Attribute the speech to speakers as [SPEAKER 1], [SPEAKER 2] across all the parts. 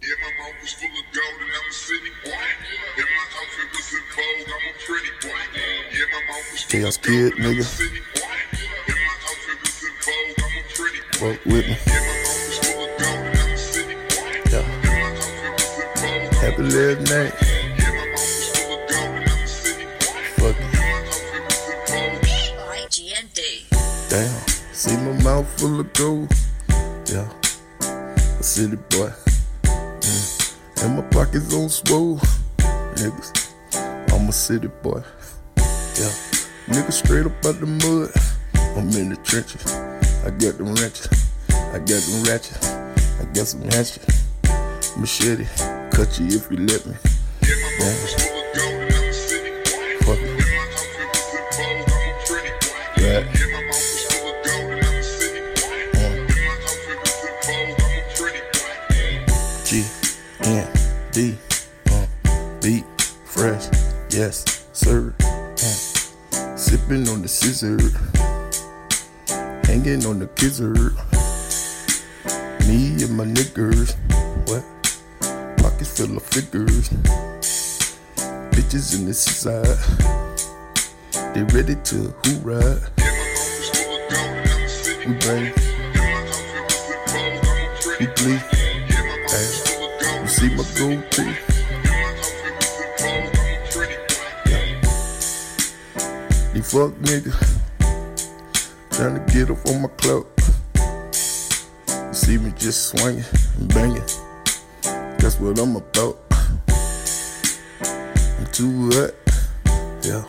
[SPEAKER 1] Yeah, my mouth was full of gold and I'm a city boy. And my outfit was in vogue, I'm a pretty boy. Yeah, my mouth was full of gold and I'm a city boy. And my outfit was in vogue, I'm a pretty boy. Fuck with me. Yeah, my mouth was full of gold and I'm a city boy. Yeah. And my outfit was in vogue. Happy last night. Yeah, my mouth was full of gold and I'm a city boy. Fuck it. And my outfit was in vogue.
[SPEAKER 2] IGND.
[SPEAKER 1] Damn, see my mouth full of gold. Yeah, a city boy. Mm. And my pockets on swole. Niggas, I'm a city boy. Yeah, niggas straight up out the mud. I'm in the trenches. I got them wrenches. I got them ratchets. I got some hatchets. Machete, cut you if you let me. Yeah, my mouth is full of gold and I'm a city boy. Fuck it. Yeah, my outfit is in vogue, I'm a pretty boy. Yeah. Yeah, my mouth is full of gold and I'm a city boy. Yeah, my outfit is in vogue, I'm a pretty boy. G N D uh, beat fresh, yes sir. Uh, sipping on the scissor, hanging on the kisser. Me and my niggers, what? Pockets full of figures, bitches in the seaside. They ready to hoorah. We bang, we bleed. Hey, you see my gold teeth? You fuck nigga, tryna get up on my clout. You see me just swinging and banging. That's what I'm about. I'm too hot. Yeah,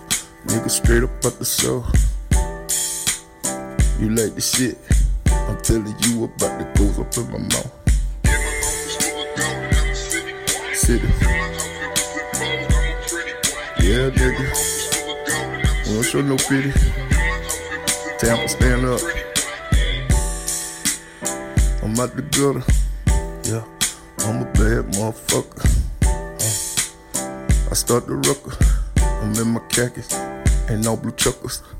[SPEAKER 1] nigga straight up out the show. You like the shit. I'm telling you about the goes up in my mouth. City. Yeah, nigga. We don't show no pity. Tampa, stand up. I'm out the gutter. Yeah, I'm a bad motherfucker. Uh, I start the rucker. I'm in my khakis. Ain't no blue chuckles.